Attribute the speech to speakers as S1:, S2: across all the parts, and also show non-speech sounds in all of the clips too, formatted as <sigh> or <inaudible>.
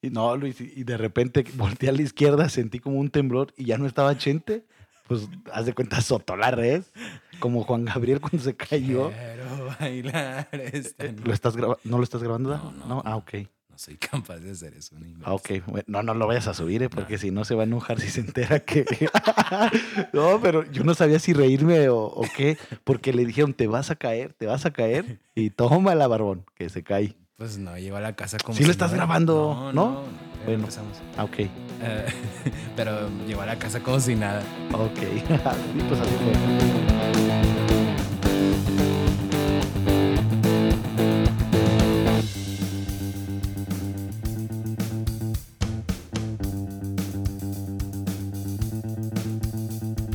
S1: Y no, Luis, y y de repente volteé a la izquierda, sentí como un temblor y ya no estaba Chente. Pues haz de cuenta, azotó la red, como Juan Gabriel cuando se cayó.
S2: Quiero bailar <laughs> esta
S1: Eh,
S2: noche.
S1: ¿Lo estás graba- ¿No lo estás grabando? Da?
S2: No, no,
S1: Ah, ok.
S2: No soy capaz de hacer eso. no inventes.
S1: Ah, ok. Bueno, No, no lo vayas a subir, eh, porque si no se va a enojar si se entera que. <laughs> no, pero yo no sabía si reírme o, o qué, porque le dijeron, te vas a caer, te vas a caer, y toma la barbón, que se cae.
S2: Pues no, llevo a la casa como.
S1: Sí lo
S2: si
S1: estás
S2: nada.
S1: grabando, ¿no?
S2: todavía
S1: Bueno.
S2: empezamos.
S1: Ah, ok.
S2: Eh, <laughs> pero llevo a la casa como si nada.
S1: Ok. <laughs> y pues así fue.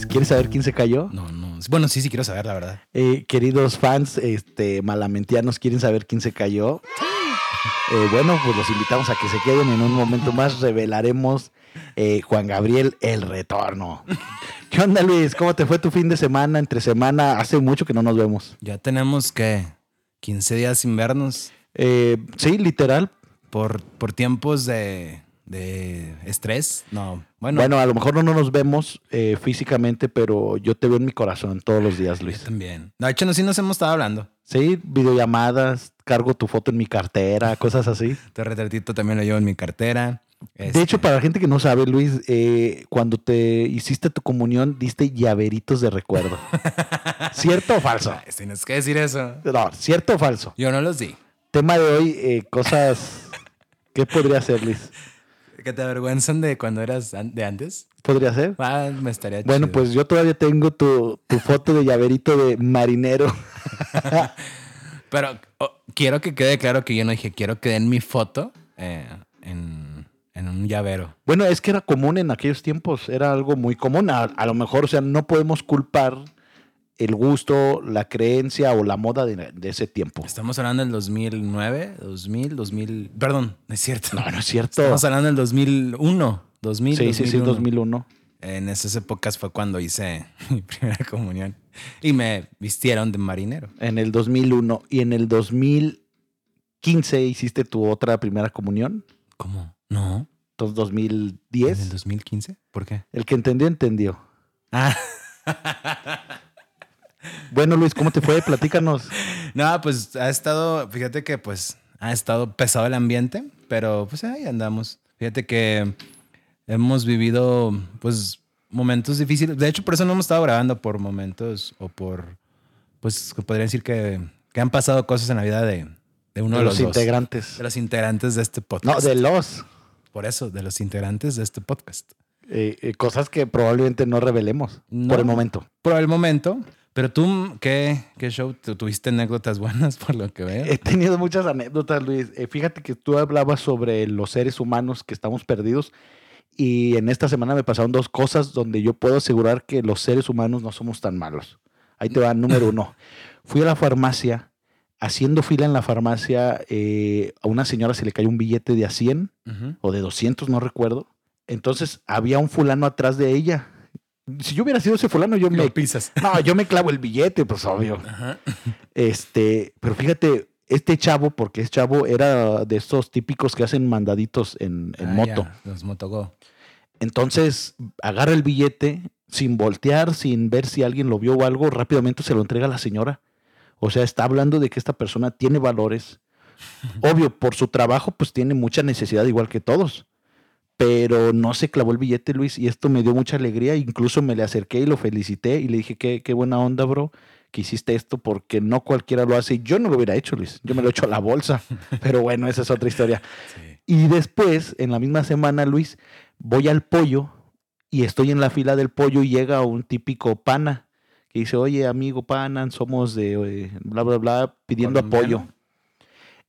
S1: ¿Quieres saber quién se cayó?
S2: No, no. Bueno, sí, sí quiero saber, la verdad.
S1: Eh, queridos fans, este, malamentianos, ¿quieren saber quién se cayó? Eh, bueno, pues los invitamos a que se queden. En un momento más revelaremos eh, Juan Gabriel el retorno. ¿Qué onda, Luis? ¿Cómo te fue tu fin de semana, entre semana? Hace mucho que no nos vemos.
S2: Ya tenemos que 15 días sin vernos
S1: Eh, sí, literal.
S2: por, por tiempos de, de estrés. No, bueno,
S1: Bueno, a lo mejor no nos vemos eh, físicamente, pero yo te veo en mi corazón todos los días,
S2: yo
S1: Luis.
S2: también. No, de hecho, no, sí nos hemos estado hablando.
S1: Sí, videollamadas, cargo tu foto en mi cartera, cosas así.
S2: Tu Este retratito también lo llevo en mi cartera. Este,
S1: De hecho, para la gente que no sabe, Luis, eh, cuando te hiciste tu comunión, diste llaveritos de
S2: <laughs>
S1: recuerdo. ¿Cierto o falso?
S2: Ay, Tienes que decir eso.
S1: No, ¿cierto o falso?
S2: Yo no los di.
S1: Tema de hoy, eh, cosas... ¿Qué podría ser, Luis?
S2: Que te avergüenzan de cuando eras an- de antes.
S1: ¿Podría ser?
S2: Ah, me estaría
S1: Bueno,
S2: chido.
S1: pues yo todavía tengo tu, tu foto de llaverito de marinero. <laughs>
S2: Pero oh, quiero que quede claro que yo no dije, quiero que den mi foto eh, en, en un llavero.
S1: Bueno, es que era común en aquellos tiempos, era algo muy común. A, a lo mejor, o sea, no podemos culpar el gusto, la creencia o la moda de, de ese tiempo.
S2: Estamos hablando del 2009, 2000, 2000. Perdón, no es cierto.
S1: No, no es cierto.
S2: <laughs> Estamos hablando del 2001, 2000.
S1: Sí, sí, sí,
S2: 2001.
S1: 2001.
S2: En esas épocas fue cuando hice <laughs> mi primera comunión y me vistieron de marinero.
S1: En el 2001 y en el 2015 hiciste tu otra primera comunión.
S2: ¿Cómo? No.
S1: Entonces,
S2: ¿En el
S1: 2010.
S2: 2015? ¿Por qué?
S1: El que entendió, entendió.
S2: Ah.
S1: Bueno, Luis, ¿cómo te fue? Platícanos.
S2: No, pues ha estado, fíjate que pues ha estado pesado el ambiente, pero pues ahí andamos. Fíjate que hemos vivido pues momentos difíciles. De hecho, por eso no hemos estado grabando por momentos o por, pues que podría decir que, que han pasado cosas en la vida de, de <laughs> uno
S1: de
S2: de,
S1: los
S2: los, dos.
S1: integrantes.
S2: De los integrantes de este
S1: No,
S2: podcast.
S1: de los.
S2: Por eso, de los integrantes de este podcast.
S1: eh, eh, cosas que probablemente no revelemos
S2: No.
S1: por el momento.
S2: Por el momento, pero tú, ¿qué, qué show? ¿Tú ¿Tuviste anécdotas buenas por lo que veo?
S1: He tenido muchas anécdotas, Luis. Eh, fíjate que tú hablabas sobre los seres humanos que estamos perdidos y en esta semana me pasaron dos cosas donde yo puedo asegurar que los seres humanos no somos tan malos. Ahí te va, número uno. Fui a la farmacia, haciendo fila en la farmacia, eh, a una señora se le cayó un billete de a 100
S2: Ujú.
S1: o de 200, no recuerdo. Entonces había un fulano atrás de ella. Si yo hubiera sido ese fulano, yo me...
S2: Lo pisas.
S1: No, yo me clavo el billete, pues obvio.
S2: Ajá.
S1: Este, pero fíjate, este chavo, porque es chavo, era de esos típicos que hacen mandaditos en, en
S2: Ah,
S1: moto.
S2: ya, los motogo.
S1: Entonces, agarra el billete sin voltear, sin ver si alguien lo vio o algo, rápidamente se lo entrega a la señora. O sea, está hablando de que esta persona tiene valores. Obvio, por su trabajo, pues tiene mucha necesidad, igual que todos. Pero no se clavó el billete, Luis, y esto me dio mucha alegría. Incluso me le acerqué y lo felicité y le dije, qué, qué buena onda, bro, que hiciste esto, porque no cualquiera lo hace. Yo no lo hubiera hecho, Luis. Yo me lo he hecho a la bolsa. Pero bueno, esa es otra historia.
S2: Sí.
S1: Y después, en la misma semana, Luis, voy al pollo y estoy en la fila del pollo y llega un típico pana que dice, oye, amigo pana, somos de eh, bla, bla, bla, pidiendo
S2: Colombiano.
S1: apoyo.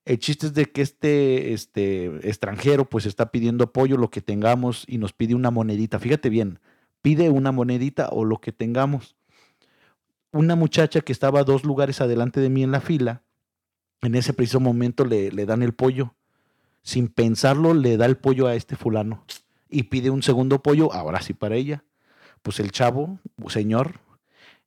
S1: El chiste es de que este, este extranjero pues está pidiendo apoyo, lo que tengamos, y nos pide una monedita. Fíjate bien, pide una monedita o lo que tengamos. Una muchacha que estaba dos lugares adelante de mí en la fila, en ese preciso momento le, le dan el pollo. Sin pensarlo, le da el pollo a este fulano y pide un segundo pollo, ahora sí para ella. Pues el chavo, señor,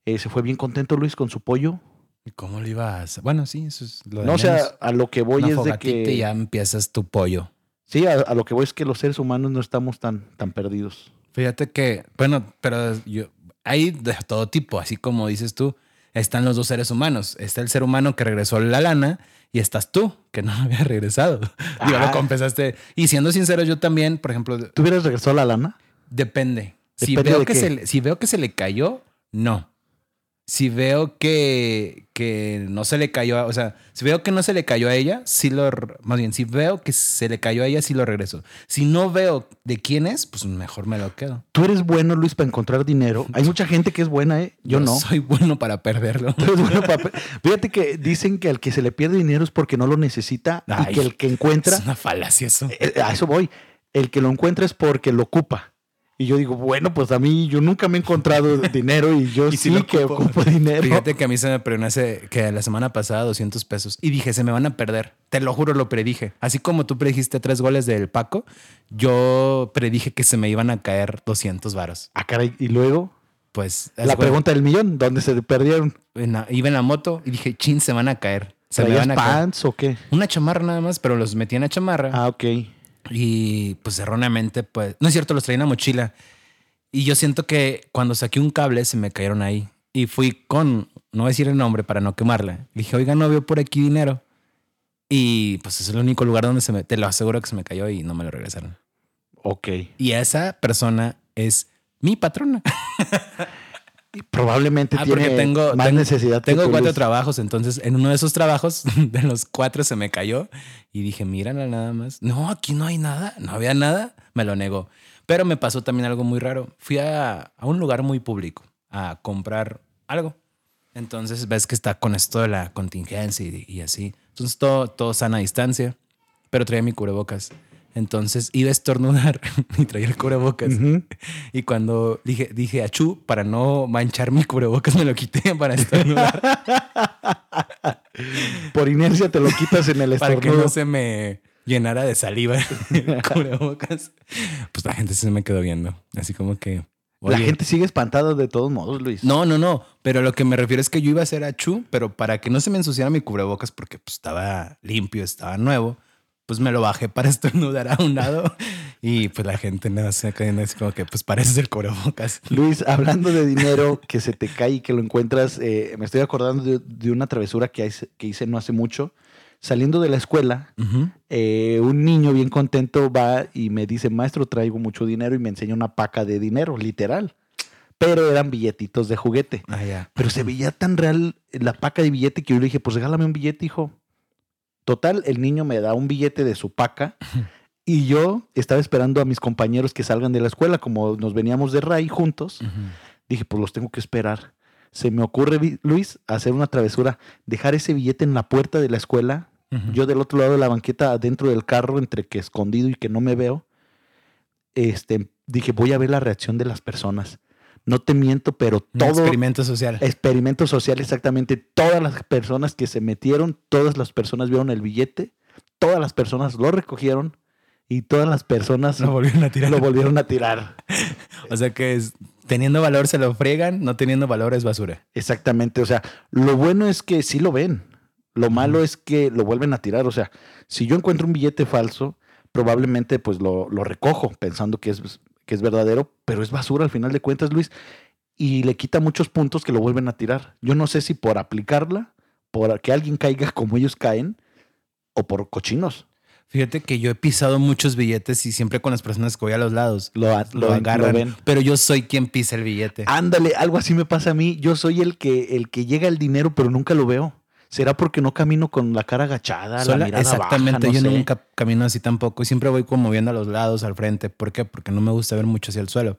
S1: eh, se fue bien contento Luis con su pollo.
S2: ¿Y ¿Cómo lo ibas? Bueno, sí, eso es lo de
S1: No, o sea,
S2: menos.
S1: a lo que voy
S2: Una
S1: es de
S2: fogatita
S1: que...
S2: y ya empiezas tu pollo.
S1: Sí, a, a lo que voy es que los seres humanos no estamos tan, tan perdidos.
S2: Fíjate que, bueno, pero yo, hay de todo tipo, así como dices tú, están los dos seres humanos. Está el ser humano que regresó la lana y estás tú, que no <laughs> había regresado. Digo,
S1: Ah.
S2: lo compensaste. Y siendo sincero, yo también, por ejemplo, de-
S1: ¿Tú hubieras regresado la lana?
S2: depende. Si
S1: Depende
S2: veo
S1: de
S2: que
S1: qué.
S2: se, le- si veo que se le cayó, no. Si veo que, que no se le cayó, a- o sea, si veo que no se le cayó a ella, sí lo, r- más bien, si veo que se le cayó a ella, sí lo regreso. Si no veo de quién es, pues mejor me lo quedo.
S1: Tú eres bueno, Luis, para encontrar dinero. Hay mucha gente que es buena, ¿eh? Yo no.
S2: Soy bueno para
S1: <laughs>
S2: perderlo.
S1: Tú eres bueno para pe- Fíjate que dicen que al que se le pierde dinero es porque no lo necesita
S2: Ay.
S1: y que el que encuentra,
S2: Es una falacia eso.
S1: eh, eh, a eso voy, el que lo encuentra es porque lo ocupa. Y yo digo, bueno, pues a mí yo nunca me he
S2: <laughs>
S1: encontrado dinero y yo
S2: Y si
S1: sí
S2: lo
S1: que
S2: ocupo.
S1: ocupo dinero.
S2: Fíjate que a mí se me preguntó hace que la semana pasada 200 pesos y dije, se me van a perder. Te lo juro, lo predije. Así como tú predijiste tres goles del Paco, yo predije que se me iban a caer 200 varos.
S1: Ah, caray, y luego
S2: Pues
S1: la
S2: así, bueno,
S1: pregunta del millón, ¿dónde se perdieron?
S2: en la- iba en la moto y dije, chin, se van a caer. Se me
S1: ¿Traías
S2: van a caer.
S1: pants o qué?
S2: Una chamarra nada más, pero los metí en la chamarra.
S1: Ah, ok.
S2: Y pues erróneamente, pues, no es cierto, los traía en la mochila. Y yo siento que cuando saqué un cable se me cayeron ahí. Y fui con, no voy a decir el nombre para no quemarla. Le dije, oiga, no veo por aquí dinero. Y pues es el único lugar donde se me, te lo aseguro que se me cayó y no me lo regresaron.
S1: Ok.
S2: Y esa persona es mi patrona.
S1: Y probablemente
S2: Ah,
S1: tiene
S2: porque tengo-
S1: más
S2: tengo-
S1: necesidad. que
S2: Tengo
S1: tú,
S2: cuatro
S1: Luis.
S2: trabajos, entonces en uno de esos trabajos, <laughs> de los cuatro, se me cayó y dije, mírala nada más. No, aquí no hay nada, no había nada, me lo negó. Pero me pasó también algo muy raro. Fui a, a un lugar muy público a comprar algo. Entonces ves que está con esto de la contingencia y, y así. Entonces todo, todo sana distancia, pero traía mi cubrebocas. Entonces iba a estornudar <laughs> y traía el cubrebocas.
S1: Ujú.
S2: Y cuando dije, dije achú, para no manchar mi cubrebocas, me lo quité <laughs> para estornudar,
S1: Por inercia
S2: <laughs>
S1: te lo quitas en el
S2: para
S1: estornudo.
S2: que no se me llenara de saliva <laughs> el cubrebocas. Pues la gente se me quedó viendo, así como que...
S1: La
S2: oye,
S1: gente sigue espantada de todos modos, Luis.
S2: No, no, no, pero lo que me refiero es que yo iba a hacer achú, pero para que no se me ensuciara mi cubrebocas, porque pues, estaba limpio, estaba nuevo, pues me lo bajé para <laughs> estornudar a un lado y pues la gente nada más se me quedó viendo así como que pues pareces el cubrebocas.
S1: Luis, hablando de dinero que se te cae y que lo encuentras, eh, me estoy acordando de, de una travesura que hice, que hice no hace mucho. Saliendo de la escuela,
S2: Ujú.
S1: eh, un niño bien contento va y me dice, maestro, traigo mucho dinero y me enseña una paca de dinero, literal. Pero eran billetitos de juguete.
S2: Ah, ya.
S1: Pero se veía tan real la paca de billete que yo le dije, pues regálame un billete, hijo. Total, el niño me da un billete de su paca y yo estaba esperando a mis compañeros que salgan de la escuela, como nos veníamos de RAI juntos.
S2: Ujú.
S1: Dije, pues los tengo que esperar. Se me ocurre, Vi- Luis, hacer una travesura, dejar ese billete en la puerta de la escuela,
S2: Ujú.
S1: yo del otro lado de la banqueta, adentro del carro, entre que escondido y que no me veo. Este, dije, voy a ver la reacción de las personas. No te miento, pero
S2: Un
S1: todo
S2: experimento social.
S1: experimento social exactamente. Todas las personas que se metieron, todas las personas vieron el billete, todas las personas lo recogieron y todas las personas
S2: Lo volvieron a tirar.
S1: lo volvieron a tirar.
S2: O sea que es- teniendo valor se lo friegan, no teniendo valor es basura.
S1: Exactamente. O sea, lo bueno es que sí lo ven. Lo
S2: Ujú.
S1: malo es que lo vuelven a tirar. O sea, si yo encuentro un billete falso, probablemente pues lo, lo recojo pensando que es, que es verdadero, pero es basura al final de cuentas, Luis. Y le quita muchos puntos que lo vuelven a tirar. Yo no sé si por aplicarla, por que alguien caiga como ellos caen, o por cochinos.
S2: Fíjate que yo he pisado muchos billetes y siempre con las personas que voy a los lados
S1: Lo, a-
S2: lo,
S1: lo-
S2: agarran.
S1: lo ven.
S2: Pero yo soy quien pisa el billete.
S1: Ándale, algo así me pasa a mí. Yo soy el que, el que llega el dinero, pero nunca lo veo. ¿Será porque no camino con la cara agachada,
S2: Sola-
S1: la mirada
S2: exactamente,
S1: baja,
S2: yo
S1: no sé?
S2: nunca camino así tampoco. Siempre voy como moviendo a los lados, al frente. ¿Por qué? Porque no me gusta ver mucho hacia el suelo.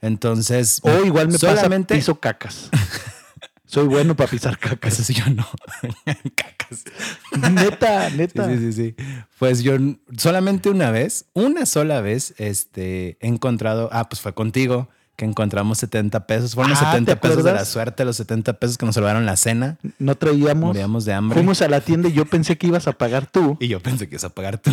S2: Entonces,
S1: O igual me
S2: solamente <laughs>
S1: pasa piso cacas. Soy bueno para pisar cacas.
S2: Eso sí, yo no. <laughs> Cacas.
S1: Neta,
S2: Sí,
S1: neta.
S2: sí, sí, sí. Pues yo n- solamente una vez, una sola vez, este, he encontrado, ah, pues fue contigo, que encontramos 70 pesos. Fueron los
S1: Ah, ¿te
S2: 70 pesos de la
S1: acuerdas?
S2: suerte, los 70 pesos que nos salvaron la cena.
S1: No traíamos.
S2: Moríamos de hambre.
S1: Fuimos a la tienda y yo pensé que ibas a pagar tú
S2: Y yo pensé que ibas a pagar tú.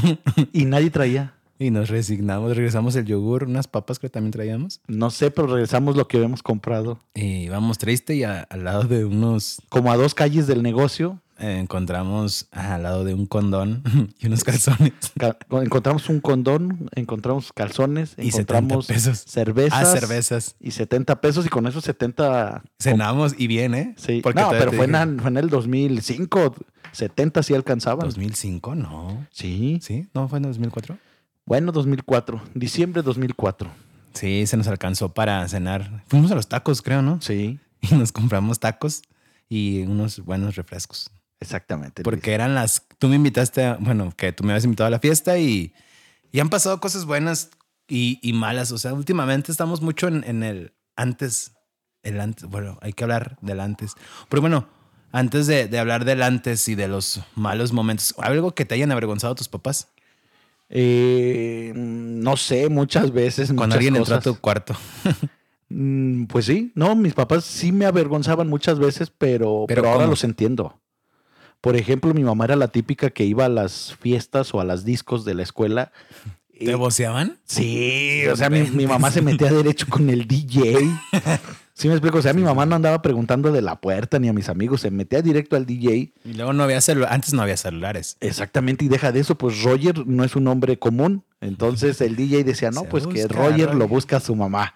S1: y nadie traía.
S2: <laughs> y nos resignamos, regresamos el yogur, unas papas que también traíamos.
S1: No sé, pero regresamos lo que habíamos comprado.
S2: Y vamos triste y a- al lado de unos...
S1: Como a dos calles del negocio,
S2: eh, encontramos al lado de un condón <laughs> y
S1: <laughs>
S2: unos calzones.
S1: Ca- Encontramos un condón, encontramos calzones,
S2: Y 70
S1: encontramos
S2: pesos.
S1: cervezas,
S2: Ah, cervezas.
S1: y 70 pesos y con esos 70...
S2: Cenamos y bien, ¿eh?
S1: Sí.
S2: Porque
S1: No,
S2: todavía
S1: pero
S2: te
S1: fue en,
S2: dije,
S1: fue en el 2005, 70 sí alcanzaban.
S2: 2005, no.
S1: Sí,
S2: ¿Sí? ¿No fue en 2004?
S1: bueno, 2004, diciembre de 2004.
S2: Sí, se nos alcanzó para cenar. Fuimos a los tacos, creo, ¿no? <laughs>
S1: Sí,
S2: Y nos compramos tacos y unos buenos refrescos.
S1: exactamente. Luis.
S2: Porque eran las... Tú me invitaste, a- bueno, que tú me habías invitado a la fiesta y, y han pasado cosas buenas y, y malas. O sea, últimamente estamos mucho en, en el antes. El antes, bueno, hay que hablar del antes. Pero bueno, antes de, de hablar del antes y de los malos momentos, algo que te hayan avergonzado tus papás.
S1: Eh, mm, no sé, muchas veces.
S2: Cuando
S1: muchas
S2: alguien entró a
S1: cosas.
S2: tu cuarto.
S1: Mm, Pues sí, no, mis papás sí me avergonzaban muchas veces, pero,
S2: ¿Pero
S1: pero, ahora
S2: cómo?
S1: los entiendo. Por ejemplo, mi mamá era la típica que iba a las fiestas o a las discos de la escuela. y-
S2: ¿Te voceaban?
S1: sí, o sea, mi, mi mamá se metía derecho con el DJ. <laughs> Sí, me explico. O sea, mi mamá no andaba preguntando de la puerta ni a mis amigos, se metía directo al DJ.
S2: Y luego no había celulares. Antes no había celulares.
S1: Exactamente, y deja de eso, pues Roger no es un hombre común. Entonces el DJ decía, no,
S2: Se
S1: pues que
S2: busca a
S1: Roger lo
S2: Roger.
S1: busca a su mamá.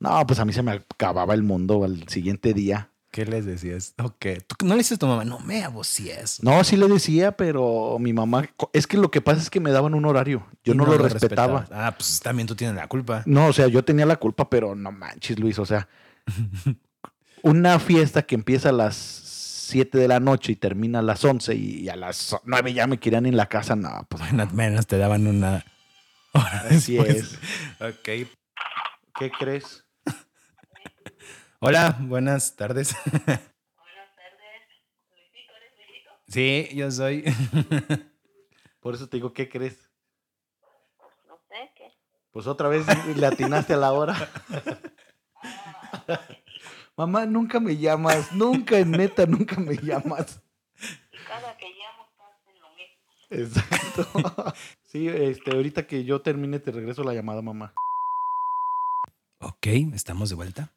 S1: No, pues a mí se me acababa el mundo al siguiente día.
S2: ¿Qué les decías? Ok. ¿Tú no le dices a tu mamá? No me abocías.
S1: No, sí le decía, pero mi mamá, co- es que lo que pasa es que me daban un horario, yo
S2: Y
S1: no, lo, respetaba.
S2: respetabas. Ah, pues también tú tienes la culpa.
S1: No, o sea, yo tenía la culpa, pero no manches, Luis, o sea, una fiesta que empieza a las 7 de la noche y termina a las 11 y a las 9 ya me querían en la casa, no, pues
S2: Bueno, al menos te daban una hora
S1: así
S2: después.
S1: es.
S2: Ok.
S1: ¿Qué crees?
S2: Hola, buenas tardes. Sí, yo soy.
S1: Por eso te digo, ¿qué crees?
S3: No sé qué.
S1: Pues otra vez le atinaste a la hora. <laughs> Mamá, nunca me llamas, nunca, en neta, nunca me llamas.
S3: Y cada que llamo hacen lo mismo.
S1: Exacto. <laughs> sí, este, ahorita que yo termine te regreso la llamada, mamá.
S2: Ok, estamos de vuelta.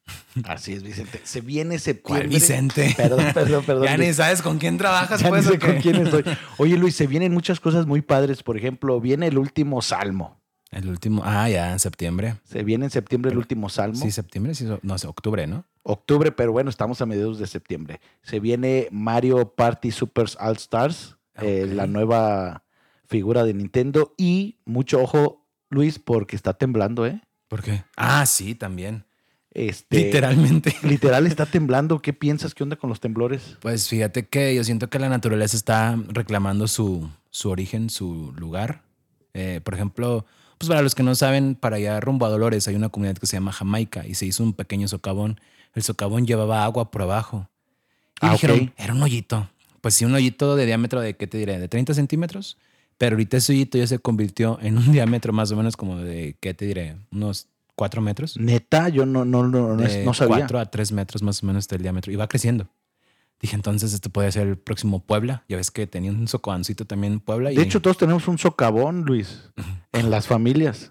S1: Así es, Vicente. Se viene septiembre.
S2: ¿Cuál Vicente? <laughs>
S1: Perdón, perdón, perdón.
S2: Ya ni
S1: Luis.
S2: sabes con quién trabajas,
S1: Ya ni
S2: pues.
S1: sé
S2: ¿o qué?
S1: con quién estoy.
S2: <laughs>
S1: Oye, Luis, se vienen muchas cosas muy padres. Por ejemplo, viene el último salmo.
S2: El último. Ah, ya, en septiembre.
S1: Se viene en septiembre el último salmo.
S2: Sí, septiembre, sí, so- no sé, octubre, ¿no?
S1: Octubre, pero bueno, estamos a mediados de septiembre. Se viene Mario Party Super All Stars, eh,
S2: Ok.
S1: la nueva figura de Nintendo. Y mucho ojo, Luis, porque está temblando, ¿eh?
S2: ¿Por qué? Ah, sí, también.
S1: Este,
S2: Literalmente.
S1: <laughs> Literal está temblando. ¿Qué piensas? ¿Qué onda con los temblores?
S2: Pues fíjate que yo siento que la naturaleza está reclamando su, su origen, su lugar. Eh, por ejemplo, pues para los que no saben, para allá rumbo a Dolores hay una comunidad que se llama Jamaica y se hizo un pequeño socavón. El socavón llevaba agua por abajo. Y
S1: Ah,
S2: dijeron,
S1: ok.
S2: era un hoyito. Pues sí, un hoyito de diámetro de, ¿qué te diré? De 30 centímetros. Pero ahorita ese hoyito ya se convirtió en un <laughs> diámetro más o menos como de, ¿qué te diré? Unos 4 metros
S1: Neta, yo no, no, no, no,
S2: de
S1: no sabía.
S2: 4 a 3 metros más o menos del diámetro y va creciendo. Dije, entonces esto podría ser el próximo Puebla. Ya ves que tenía un socavancito también Puebla. y,
S1: De hecho, todos tenemos un socavón, Luis, en las familias.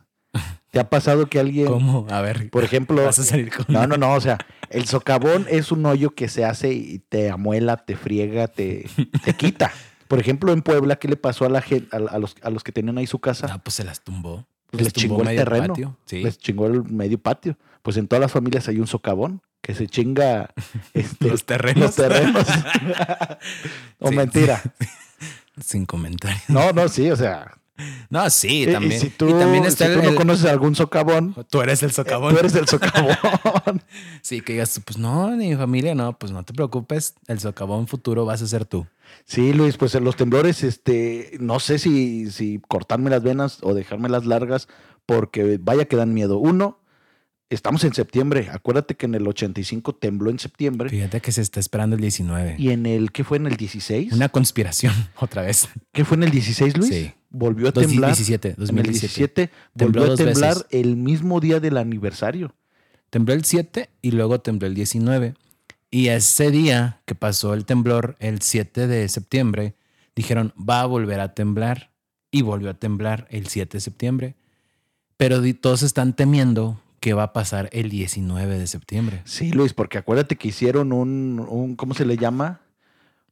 S1: ¿Te ha pasado que alguien,
S2: ¿cómo? A ver,
S1: <laughs> por ejemplo,
S2: vas a salir con... <laughs>
S1: no, no, no, o sea, el socavón es un hoyo que se hace y te amuela, te friega, te, te quita. Por ejemplo, en Puebla, ¿qué le pasó a la gente, a, a los, a los que tenían ahí su casa?
S2: Ah, pues se las tumbó.
S1: Pues les
S2: tumbó
S1: chingó el
S2: medio
S1: terreno,
S2: patio. Sí.
S1: Les chingó el medio patio. Pues en todas las familias hay un socavón que se chinga este,
S2: <laughs> Los terrenos.
S1: los <laughs> terrenos. o
S2: Sí.
S1: mentira.
S2: <laughs> Sin comentario.
S1: No, no, sí, o sea.
S2: No, sí,
S1: Eh, y-
S2: también.
S1: Y si tú,
S2: también
S1: si tú no conoces algún socavón,
S2: <laughs> Tú eres el
S1: eh,
S2: socavón.
S1: tú eres
S2: <laughs>
S1: el socavón.
S2: Sí, que digas, tú, pues no, ni mi familia, no, pues no te preocupes. El socavón futuro vas a ser tú.
S1: Sí, Luis, pues en los temblores, este, no sé si, si cortarme las venas o dejármelas largas, porque vaya que dan miedo. Uno, estamos en septiembre. Acuérdate que en el 85 tembló en septiembre.
S2: Fíjate que se está esperando el 19.
S1: Y en el, ¿qué fue en el 16?
S2: Una conspiración, <laughs> otra vez.
S1: ¿Qué fue en el 16, Luis?
S2: Sí.
S1: Volvió a
S2: Dos-
S1: temblar.
S2: 17,
S1: En el
S2: 2017.
S1: 17
S2: Tembló
S1: volvió a
S2: dos
S1: temblar
S2: veces.
S1: el mismo día del aniversario.
S2: Tembló el 7 y luego tembló el 19. Y ese día que pasó el temblor, el 7 de septiembre, dijeron, va a volver a temblar. Y volvió a temblar el 7 de septiembre. Pero di- todos están temiendo que va a pasar el 19 de septiembre.
S1: Sí, Luis, porque acuérdate que hicieron un, un- ¿cómo se le llama?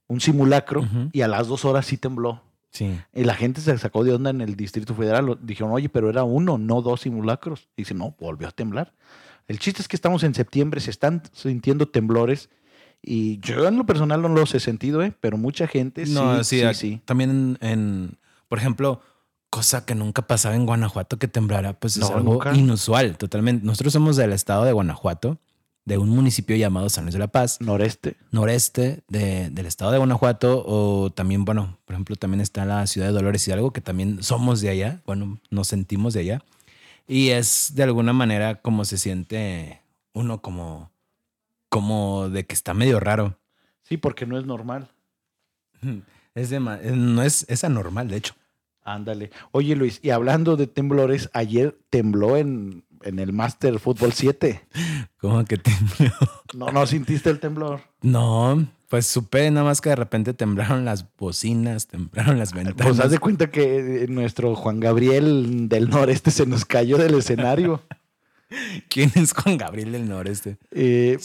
S1: un simulacro
S2: Ujú.
S1: y a las dos horas sí tembló.
S2: Sí.
S1: Y la gente se sacó de onda en el Distrito Federal. Lo- Dijeron, oye, pero era uno, no dos simulacros. Y dice, no, volvió a temblar. El chiste es que estamos en septiembre, se están sintiendo temblores. Y yo en lo personal no los he sentido, ¿eh? pero mucha gente
S2: No, sí,
S1: sí, sí,
S2: ac-
S1: sí.
S2: También en, en- por ejemplo, cosa que nunca pasaba en Guanajuato que temblara, pues es
S1: No,
S2: algo
S1: nunca.
S2: inusual, totalmente. Nosotros somos del estado de Guanajuato, de un municipio llamado San Luis de la Paz,
S1: Noreste.
S2: noreste de- del estado de Guanajuato, o también, bueno, por ejemplo, también está la ciudad de Dolores Hidalgo, que también somos de allá, bueno, nos sentimos de allá. Y es de alguna manera como se siente uno como, como de que está medio raro. <laughs>
S1: Sí, porque no es normal.
S2: Es de ma- no es, es anormal, de hecho.
S1: Ándale. Oye, Luis, y hablando de temblores, ayer tembló en, en el Master Fútbol 7.
S2: ¿Cómo que tembló? <laughs>
S1: No, no sintiste el <laughs> temblor.
S2: No, pues supe nada más que de repente temblaron las bocinas, temblaron las ventanas.
S1: Pues haz de cuenta que eh, nuestro Juan Gabriel del Noreste se nos cayó del escenario.
S2: ¿Quién es Juan Gabriel del Noreste?
S1: <laughs> Eh,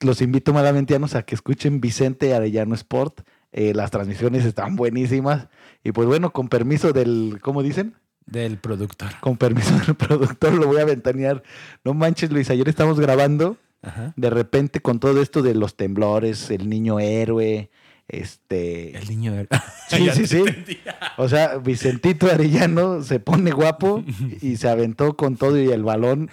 S1: los invito malamentianos a que escuchen Vicente Arellano Sport. Eh, las transmisiones están buenísimas. Y pues bueno, con permiso del, ¿cómo dicen?
S2: Del productor.
S1: Con permiso <laughs> del productor, lo voy a ventanear. No manches, Luis, ayer estamos grabando.
S2: Ajá.
S1: De repente, con todo esto de los temblores, el niño héroe, este.
S2: El niño del... <laughs>
S1: Sí,
S2: Ya
S1: sí,
S2: te
S1: sí.
S2: entendí.
S1: O sea, Vicentito Arellano se pone guapo y se aventó con todo y el balón.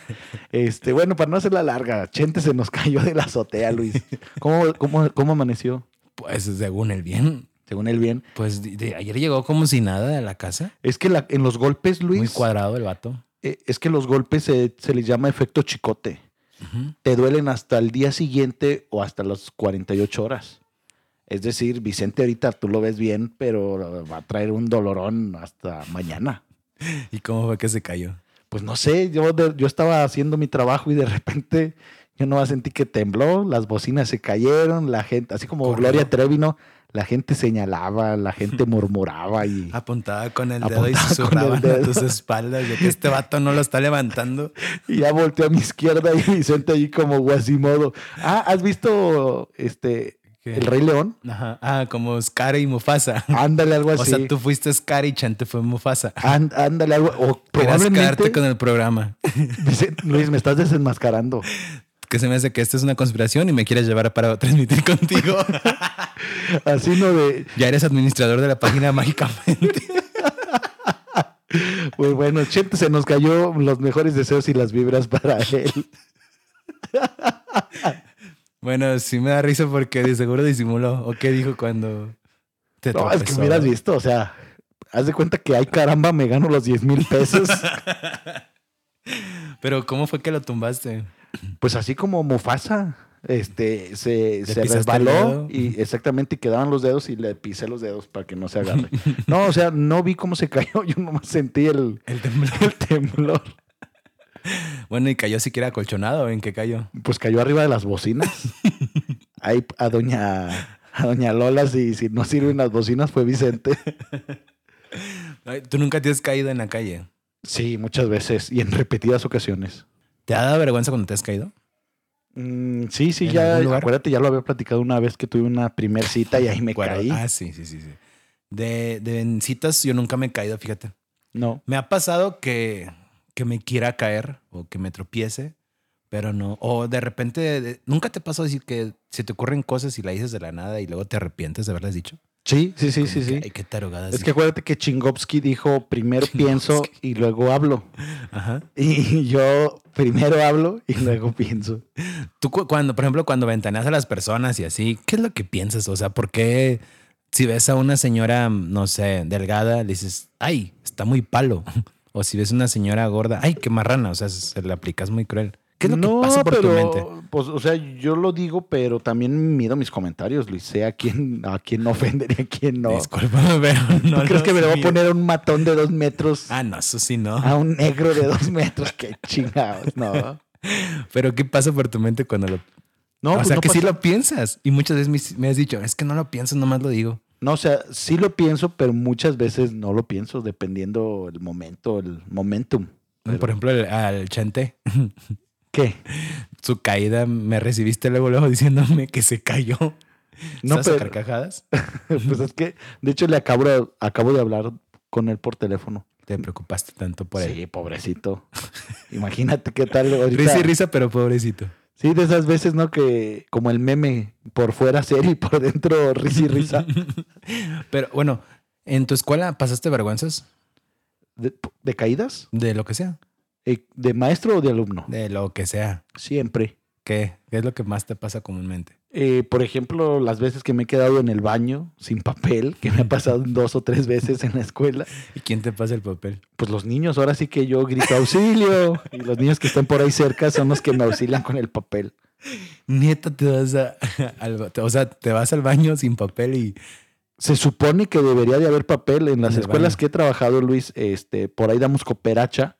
S1: Este, bueno, para no hacerla larga, Chente se nos cayó de la azotea, Luis. ¿Cómo, cómo, cómo amaneció?
S2: Pues según el bien,
S1: Según él bien.
S2: pues de- de ayer llegó como si nada a la casa.
S1: Es que la- en los golpes,
S2: Muy
S1: Luis,
S2: cuadrado el vato.
S1: eh, es que los golpes se, se les llama efecto chicote.
S2: Ujú.
S1: Te duelen hasta el día siguiente o hasta las 48 horas. Es decir, Vicente ahorita tú lo ves bien, pero va a traer un dolorón hasta mañana.
S2: ¿Y cómo fue que se cayó?
S1: pues no sé, yo, de- yo estaba haciendo mi trabajo y de repente yo no sentí que tembló, las bocinas se cayeron, la gente, así como
S2: Corrió.
S1: Gloria Trevino, la gente señalaba, la
S2: <laughs>
S1: gente murmuraba y
S2: Ah. Apuntaba <laughs> con el dedo y
S1: Apuntaba con el
S2: susurraban a
S1: dedo.
S2: tus espaldas de que este vato no lo está levantando.
S1: y ya volteó a mi izquierda y Vicente ahí como guasimodo. Ah, ¿has visto este
S2: ¿Qué?
S1: El Rey León?
S2: Ajá. Ah, como Scar y Mufasa.
S1: Ándale algo
S2: <laughs> O
S1: así.
S2: sea, tú fuiste Scar y Chante fue Mufasa.
S1: Án- ándale algo.
S2: <laughs>
S1: O
S2: Querías
S1: probablemente,
S2: quedarte con el programa.
S1: <laughs> Vicente- Luis, me estás desenmascarando.
S2: Que se me hace que esta es una conspiración y me quieres llevar para
S1: <laughs>
S2: transmitir contigo.
S1: Así no de,
S2: ya eres administrador de la página mágicamente.
S1: Pues bueno, Chente se nos cayó los mejores deseos y las vibras para él.
S2: Bueno, sí me da risa porque de seguro disimuló. ¿O qué dijo cuando
S1: <laughs>
S2: te
S1: No, es que
S2: tropezó?
S1: hubieras visto, o sea, haz de cuenta que, ay caramba, me gano los 10 mil <laughs> pesos.
S2: Pero ¿cómo fue que lo tumbaste?
S1: pues así como Mufasa, este, se, se
S2: pisaste el dedo?
S1: resbaló y exactamente quedaban los dedos y le pisé los dedos para que no se <laughs> agarre. No, o sea, no vi cómo se cayó, <laughs> yo nomás sentí el,
S2: El temblor.
S1: <laughs> el temblor.
S2: Bueno, ¿y cayó siquiera acolchonado? ¿En qué cayó?
S1: Pues cayó arriba de las bocinas. Ahí a doña, a doña Lola, si, si no sirven las bocinas, fue Vicente.
S2: Ay, Tú nunca te has caído en la calle.
S1: <laughs> Sí, muchas veces y en repetidas ocasiones.
S2: ¿Te ha dado vergüenza cuando te has caído?
S1: Mm, sí, sí,
S2: ¿En
S1: ya,
S2: algún lugar?
S1: acuérdate, ya lo había platicado una vez que tuve una primer cita y ahí me
S2: Bueno,
S1: caí.
S2: Ah, sí, sí, sí. sí. De, de en citas yo nunca me he caído, fíjate.
S1: No,
S2: Me ha pasado que, que me quiera caer o que me tropiece, pero no. O de repente, de- nunca te pasó decir que se te ocurren cosas y la dices de la nada y luego te arrepientes de haberlas dicho.
S1: sí, sí, sí,
S2: Como
S1: sí,
S2: que,
S1: sí.
S2: Ay, qué tarugada.
S1: Es que acuérdate que Chingovsky dijo, primero pienso y luego hablo. <laughs>
S2: Ajá.
S1: Y yo primero hablo y luego pienso.
S2: Tú cu- cuando, por ejemplo, cuando ventaneas a las personas y así, ¿qué es lo que piensas? O sea, ¿por qué si ves a una señora, no sé, delgada, le dices, ay, está muy palo? <laughs> O si ves a una señora gorda, ay, qué marrana. O sea, se la aplicas muy cruel. ¿Qué es lo
S1: no,
S2: que pasa por tu
S1: pero,
S2: mente?
S1: Pues, o sea, yo lo digo, pero también mido mis comentarios, Luis. Sé a quién, a quién ofender y a quién no.
S2: Discúlpame, <laughs> pero no.
S1: ¿Tú crees
S2: lo
S1: que me le voy a
S2: sabía.
S1: poner a un matón de dos metros?
S2: Ah, no, eso sí no.
S1: A un negro de dos metros, <laughs> qué chingados, no.
S2: Pero ¿qué pasa por tu mente cuando lo...
S1: No,
S2: o
S1: pues
S2: sea,
S1: no
S2: que sí
S1: pasa-
S2: lo piensas. Y muchas veces me, me has dicho, es que no lo pienso, nomás lo digo.
S1: No, o sea, sí lo pienso, pero muchas veces no lo pienso, dependiendo el momento, el momentum. Pero-
S2: Por ejemplo, el- al <laughs> Chante,
S1: ¿Qué?
S2: su caída, me recibiste luego, luego diciéndome que se cayó.
S1: No,
S2: ¿Estás a
S1: pero,
S2: carcajadas?
S1: <laughs> pues es que, de hecho, le acabo, de- acabo de hablar con él por teléfono.
S2: Te preocupaste tanto por él.
S1: sí, pobrecito. Imagínate qué
S2: <laughs>
S1: tal ahorita.
S2: Risa y risa, pero pobrecito.
S1: <laughs> Sí, de esas veces, ¿no? Que como el meme, por fuera serie y por dentro <laughs> risa y risa.
S2: <laughs> Pero bueno, ¿en tu escuela pasaste vergüenzas?
S1: ¿De, de caídas?
S2: De lo que sea.
S1: Eh, ¿De maestro o de alumno?
S2: De lo que sea.
S1: Siempre.
S2: ¿Qué? ¿Qué es lo que más te pasa comúnmente?
S1: Eh, por ejemplo, las veces que me he quedado en el baño sin papel, que me ha pasado dos o tres veces en la escuela,
S2: ¿Y quién te pasa el papel?
S1: pues los niños, ahora sí que yo grito auxilio. Y los niños que están por ahí cerca son los que me auxilian con el papel.
S2: Neta, te vas a, <laughs> al ba- o sea, te vas al baño sin papel y
S1: Se supone que debería de haber papel en las
S2: En el
S1: escuelas
S2: baño.
S1: que he trabajado, Luis. Este, por ahí damos cooperacha.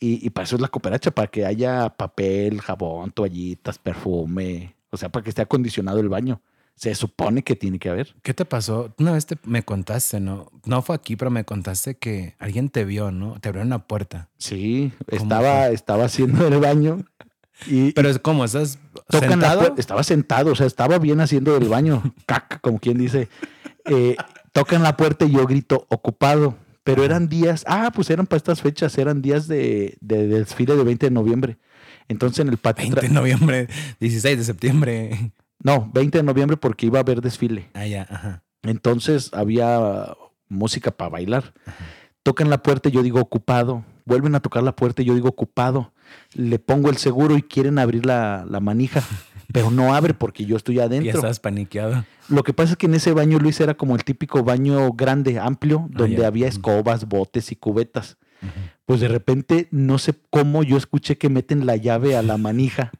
S1: Y, y para eso es la cooperacha, para que haya papel, jabón, toallitas, perfume. O sea, para que esté acondicionado el baño. Se supone que tiene que haber.
S2: ¿Qué te pasó? Una vez te- me contaste, ¿no? No fue aquí, pero me contaste que alguien te vio, ¿no? Te abrieron la puerta.
S1: Sí,
S2: ¿Cómo
S1: estaba, estaba haciendo el baño. Y,
S2: Pero es como, ¿estás
S1: tocan la
S2: sentado?
S1: puer- estaba sentado, o sea, estaba bien haciendo el baño, <laughs> cac, como quien dice. Eh, tocan la puerta y yo grito ocupado, pero
S2: Ajá.
S1: eran días, ah, pues eran para estas fechas, eran días de, de desfile de 20 de noviembre. Entonces en el patio,
S2: 20 de
S1: tra-
S2: noviembre, 16 de septiembre. <laughs>
S1: no, 20 de noviembre porque iba a haber desfile.
S2: Ah, ya, ajá.
S1: Entonces había música para bailar. Tocan la puerta y yo digo ocupado. Vuelven a tocar la puerta y yo digo ocupado. Le pongo el seguro y quieren abrir la, la manija, pero no abre porque yo <laughs> estoy
S2: Y Ya
S1: adentro.
S2: estabas paniqueado.
S1: Lo que pasa es que en ese baño, Luis, era como el típico baño grande, amplio, donde
S2: Ah, ya.
S1: había
S2: Ujú.
S1: escobas, botes y cubetas.
S2: Ujú.
S1: Pues de repente, no sé cómo, yo escuché que meten la llave a la manija.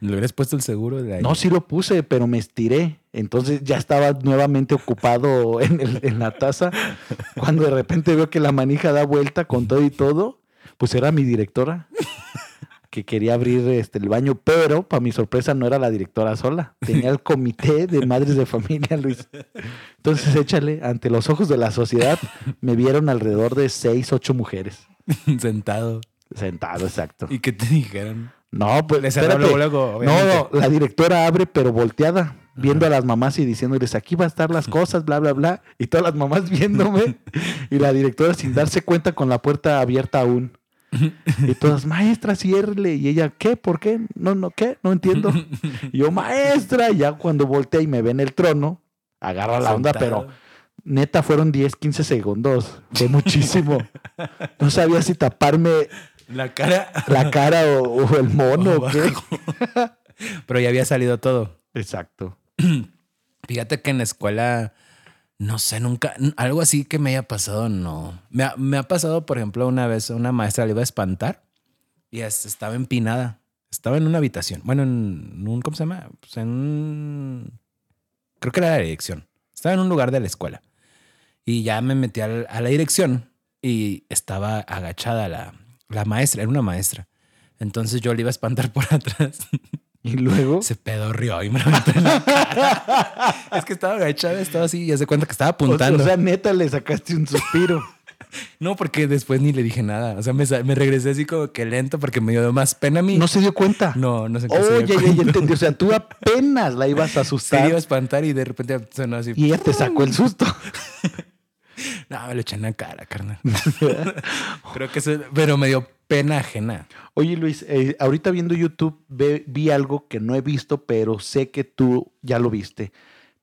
S2: ¿Le hubieras puesto el seguro? De ahí?
S1: No, sí lo puse, pero me estiré. Entonces ya estaba nuevamente ocupado <laughs> en, el- en la taza. Cuando de repente veo que la manija da vuelta con todo y todo, pues era mi directora que quería abrir este, el baño, pero para mi sorpresa no era la directora sola. Tenía el comité de madres de familia, Luis. Entonces échale, ante los ojos de la sociedad, me vieron alrededor de seis, ocho mujeres.
S2: <laughs> Sentado.
S1: Sentado, exacto.
S2: ¿Y qué te dijeron?
S1: No, pues
S2: Le cerraron
S1: espérate.
S2: luego, luego,
S1: No,
S2: obviamente.
S1: la directora abre, pero volteada, viendo a las mamás y diciéndoles, aquí va a estar
S2: <laughs>
S1: las cosas, bla, bla, bla. Y todas las mamás viéndome. y la directora sin darse cuenta con la puerta abierta
S2: <laughs>
S1: aún. Y todas, maestra, ciérrele. Y ella, ¿qué? ¿Por qué? No, no, ¿qué? No entiendo.
S2: <laughs>
S1: Y yo, maestra. Y ya cuando voltea y me ve en el trono, agarra la onda, pero
S2: Sentado.
S1: neta fueron 10, 15 segundos. Fue muchísimo. No sabía si taparme
S2: La cara.
S1: la cara o, o el mono o qué.
S2: <laughs> abajo. <laughs> pero ya había salido todo.
S1: Exacto.
S2: Fíjate que en la escuela, no sé, nunca, n- algo así que me haya pasado, no. Me ha, me ha pasado, por ejemplo, una vez una maestra le iba a espantar y es- estaba empinada. Estaba en una habitación. Bueno, en un, ¿cómo se llama? Pues en un- Creo que era la dirección. Estaba en un lugar de la escuela. Y ya me metí al- a la dirección y estaba agachada la, la maestra, era una maestra. Entonces yo le iba a espantar <laughs> por atrás.
S1: Y luego.
S2: Se pedorrió y me lo aventó en la cara. Es que estaba agachada, estaba así y hace cuenta que estaba apuntando.
S1: O sea, neta, le sacaste un suspiro.
S2: no, porque después ni le dije nada. O sea, me, sa- me regresé así como que lento porque me dio más pena a
S1: <laughs>
S2: mí.
S1: No se dio cuenta.
S2: no, no sé qué se dio
S1: Oye, ya,
S2: cuenta.
S1: ya entendí. O sea, tú apenas la ibas a
S2: Se
S1: asustar
S2: iba a espantar y de repente sonó así.
S1: y ella te sacó el susto.
S2: No, me lo eché en la cara, carnal. Creo que eso, pero me dio pena ajena.
S1: <laughs> Oye, Luis, eh, ahorita viendo YouTube ve- vi algo que no he visto, pero sé que tú ya lo viste.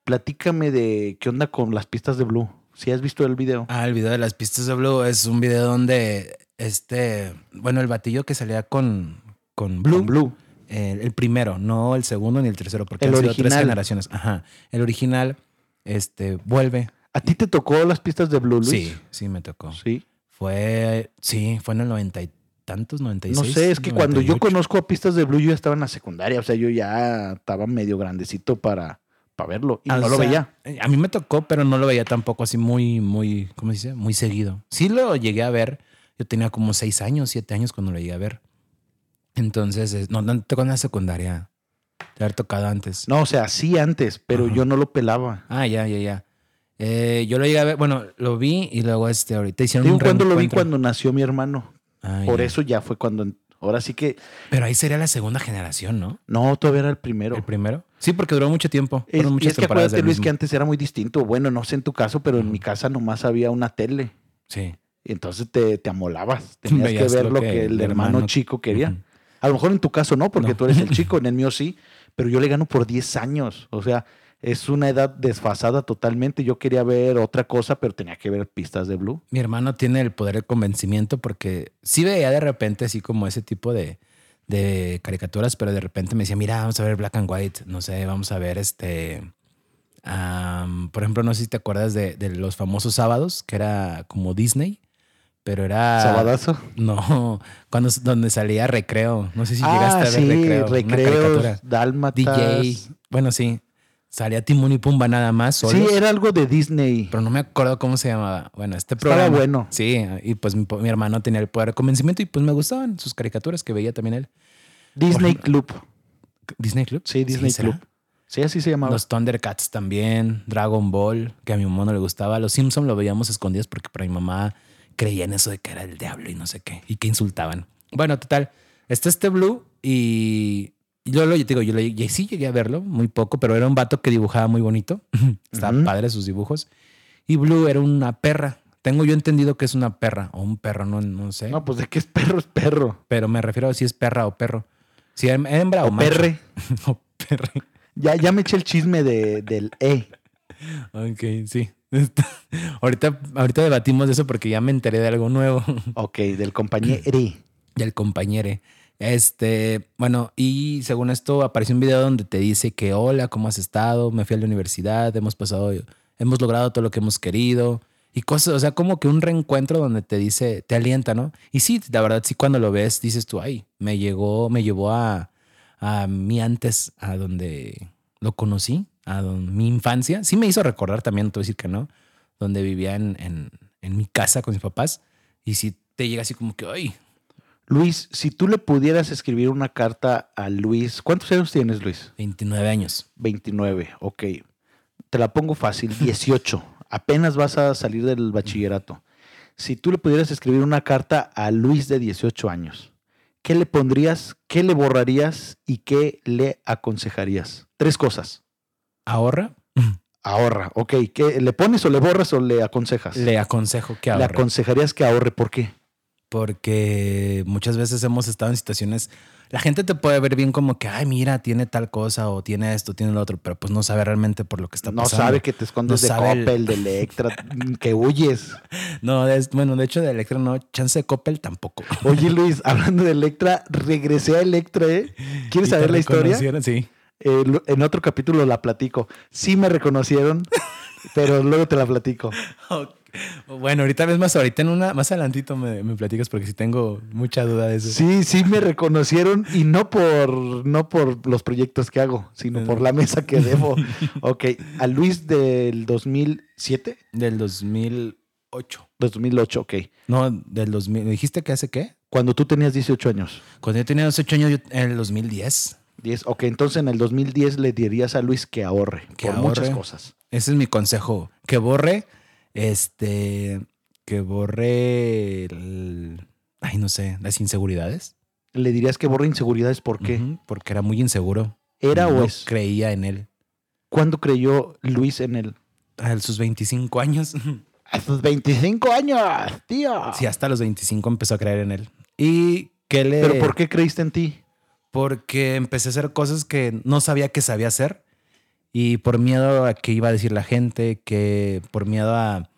S1: Platícame de qué onda con las pistas de Blue. Si has visto el video.
S2: Ah, el video de las pistas de Blue es un video donde este, bueno, el batillo que salía con, con Blue.
S1: Con Blue.
S2: El, el primero, no el segundo ni el tercero, porque
S1: El
S2: han sido tres
S1: original.
S2: generaciones. Ajá. El original, este, vuelve.
S1: ¿A ti te tocó las pistas de Blue, Luis?
S2: Sí, sí me tocó.
S1: Sí.
S2: Fue, sí, fue en el noventa y tantos, noventa y
S1: No
S2: seis,
S1: sé, es que cuando yo
S2: 98.
S1: conozco a pistas de Blue, yo ya estaba en la secundaria. O sea, yo ya estaba medio grandecito para, para verlo. Y
S2: Ah,
S1: no
S2: o
S1: lo
S2: sea,
S1: veía.
S2: eh, A mí me tocó, pero no lo veía tampoco así muy, muy, ¿cómo se dice? Muy seguido. Sí lo llegué a ver. Yo tenía como seis años, siete años cuando lo llegué a ver. Entonces, es- no, no te tocó en la secundaria. Te haber tocado antes.
S1: No, o sea, sí antes, pero
S2: Ajá.
S1: yo no lo pelaba.
S2: Ah, ya, ya, ya. Eh, yo lo llegué a ver, bueno, lo vi y luego este, ahorita hicieron
S1: Digo,
S2: un
S1: cuando lo vi
S2: reencuentro.
S1: cuando nació mi hermano.
S2: Ah,
S1: Por
S2: ya.
S1: eso ya fue cuando. Ahora sí que.
S2: Pero ahí sería la segunda generación, ¿no?
S1: No, todavía era el primero.
S2: El primero. Sí, porque duró mucho tiempo.
S1: Es,
S2: Fueron
S1: y
S2: muchas
S1: es que
S2: temporadas
S1: acuérdate,
S2: del
S1: Luis, que
S2: mismo.
S1: antes era muy distinto. Bueno, no sé en tu caso, pero en mi casa nomás había una tele.
S2: Sí.
S1: Y entonces te, te
S2: <laughs>
S1: amolabas. Tenías
S2: Veías
S1: que ver lo que, el hermano, chico quería.
S2: Ujú.
S1: A lo mejor en tu caso no, porque
S2: No.
S1: tú eres
S2: <laughs>
S1: el chico, en el mío sí, pero yo le gano por 10 años. O sea, es una edad desfasada totalmente. Yo quería ver otra cosa, pero tenía que ver pistas de blue.
S2: Mi hermano tiene el poder del convencimiento porque sí veía de repente así como ese tipo de, de caricaturas, pero de repente me decía, mira, vamos a ver Black and White, no sé, vamos a ver este... am, por ejemplo, no sé si te acuerdas de, de los famosos sábados, que era como Disney, pero era...
S1: Sabadazo.
S2: No, cuando donde salía Recreo. No sé si llegaste a
S1: ah,
S2: ver
S1: sí,
S2: Recreo. una caricatura.
S1: recreos, dálmatas.
S2: DJ. Bueno, sí. Salía Timón y Pumba nada más.
S1: Sí,
S2: solos,
S1: era algo de Disney.
S2: Pero no me acuerdo cómo se llamaba. Bueno, este
S1: Estaba
S2: programa.
S1: bueno.
S2: Sí, y pues mi, po- mi hermano tenía el poder de convencimiento y pues me gustaban sus caricaturas que veía también él.
S1: Disney Club.
S2: Disney Club.
S1: Sí, Disney
S2: ¿será?
S1: Club. Sí, así se llamaba.
S2: Los Thundercats también, Dragon Ball, que a mi mamá no le gustaba. Los Simpson lo veíamos escondidos porque para mi mamá creía en eso de que era el diablo y no sé qué, y que insultaban. Bueno, total, está este Blue y yo lo yo te digo, yo le- yo sí llegué a verlo muy poco, pero era un vato que dibujaba muy bonito. <laughs> Estaba
S1: Ujú.
S2: padre sus dibujos. Y Blue era una perra. Tengo yo entendido que es una perra o un perro, no, no sé.
S1: No, pues de qué es perro, es perro.
S2: Pero me refiero a si es perra o perro. Si hem- hembra o,
S1: O
S2: macho.
S1: perre.
S2: <laughs> o perre.
S1: Ya, ya me eché el chisme de, del E.
S2: Ok, sí. <laughs> Está- ahorita, ahorita debatimos de eso porque ya me enteré de algo nuevo
S1: Ok, del compañero. E.
S2: del compañero. Este, bueno, y según esto apareció un video donde te dice que hola, ¿cómo has estado? Me fui a la universidad, hemos pasado, hemos logrado todo lo que hemos querido y cosas, o sea, como que un reencuentro donde te dice, te alienta, ¿no? Y sí, la verdad, sí, cuando lo ves, dices tú, ay, me llegó, me llevó a, a mí antes, a donde lo conocí, a don- mi infancia. Sí me hizo recordar también, no te voy a decir que no, donde vivía en, en, en mi casa con mis papás y sí te llega así como que, ay,
S1: Luis, si tú le pudieras escribir una carta a Luis, ¿cuántos años tienes, Luis?
S2: 29 años.
S1: 29, ok. Te la pongo
S2: <laughs>
S1: fácil, 18. Apenas vas a salir del bachillerato. Si tú le pudieras escribir una carta a Luis de 18 años, ¿qué le pondrías, qué le borrarías y qué le aconsejarías? Tres cosas.
S2: ahorra,
S1: Ahorra, ok. ¿Qué, ¿Le pones o le borras o le aconsejas?
S2: le aconsejo que
S1: le
S2: ahorre.
S1: aconsejarías que ahorre, ¿por qué?
S2: porque muchas veces hemos estado en situaciones. La gente te puede ver bien como que, ay, mira, tiene tal cosa o tiene esto, tiene lo otro, pero pues no sabe realmente por lo que está
S1: No
S2: pasando.
S1: sabe que te escondes
S2: No
S1: de
S2: sabe el-
S1: Coppel,
S2: <laughs>
S1: de Electra, que huyes.
S2: No, es- bueno, de hecho, de Electra no, chance de Coppel tampoco.
S1: Oye, Luis, hablando de Electra, regresé a Electra, ¿eh? <laughs> ¿Quieres
S2: <laughs> ¿Y
S1: saber
S2: te
S1: la historia?
S2: reconocieron? Sí.
S1: Eh, lo- en otro capítulo la platico. Sí me
S2: <laughs>
S1: reconocieron, pero luego te la platico.
S2: Ok. Bueno, ahorita ves más, ahorita en una, más adelantito me, me platicas porque sí tengo mucha duda de eso.
S1: Sí, sí me reconocieron y no por, no por los proyectos que hago, sino por la mesa que
S2: <laughs>
S1: debo. Ok, a Luis del 2007,
S2: Del 2008.
S1: 2008, ok.
S2: No, del 2000. ¿Dijiste que hace qué?
S1: Cuando tú tenías 18 años.
S2: Cuando yo tenía 18 años, yo, en el 2010.
S1: 10, ok, entonces en el 2010 le dirías a Luis que ahorre
S2: Que
S1: por muchas
S2: ahorre.
S1: cosas.
S2: Ese es mi consejo. Que borre, este, que borre el- ay, no sé, las inseguridades.
S1: Le dirías que borre inseguridades porque
S2: Ujú, Porque era muy inseguro.
S1: era
S2: no
S1: o es.
S2: creía en él.
S1: ¿Cuándo creyó Luis en él?
S2: A sus 25 años.
S1: A sus 25 años, tío.
S2: sí, hasta los 25 empezó a creer en él. ¿Y qué le...?
S1: ¿Pero por qué creíste en ti?
S2: Porque empecé a hacer cosas que no sabía que sabía hacer. Y por miedo a que iba a decir la gente, que por miedo a,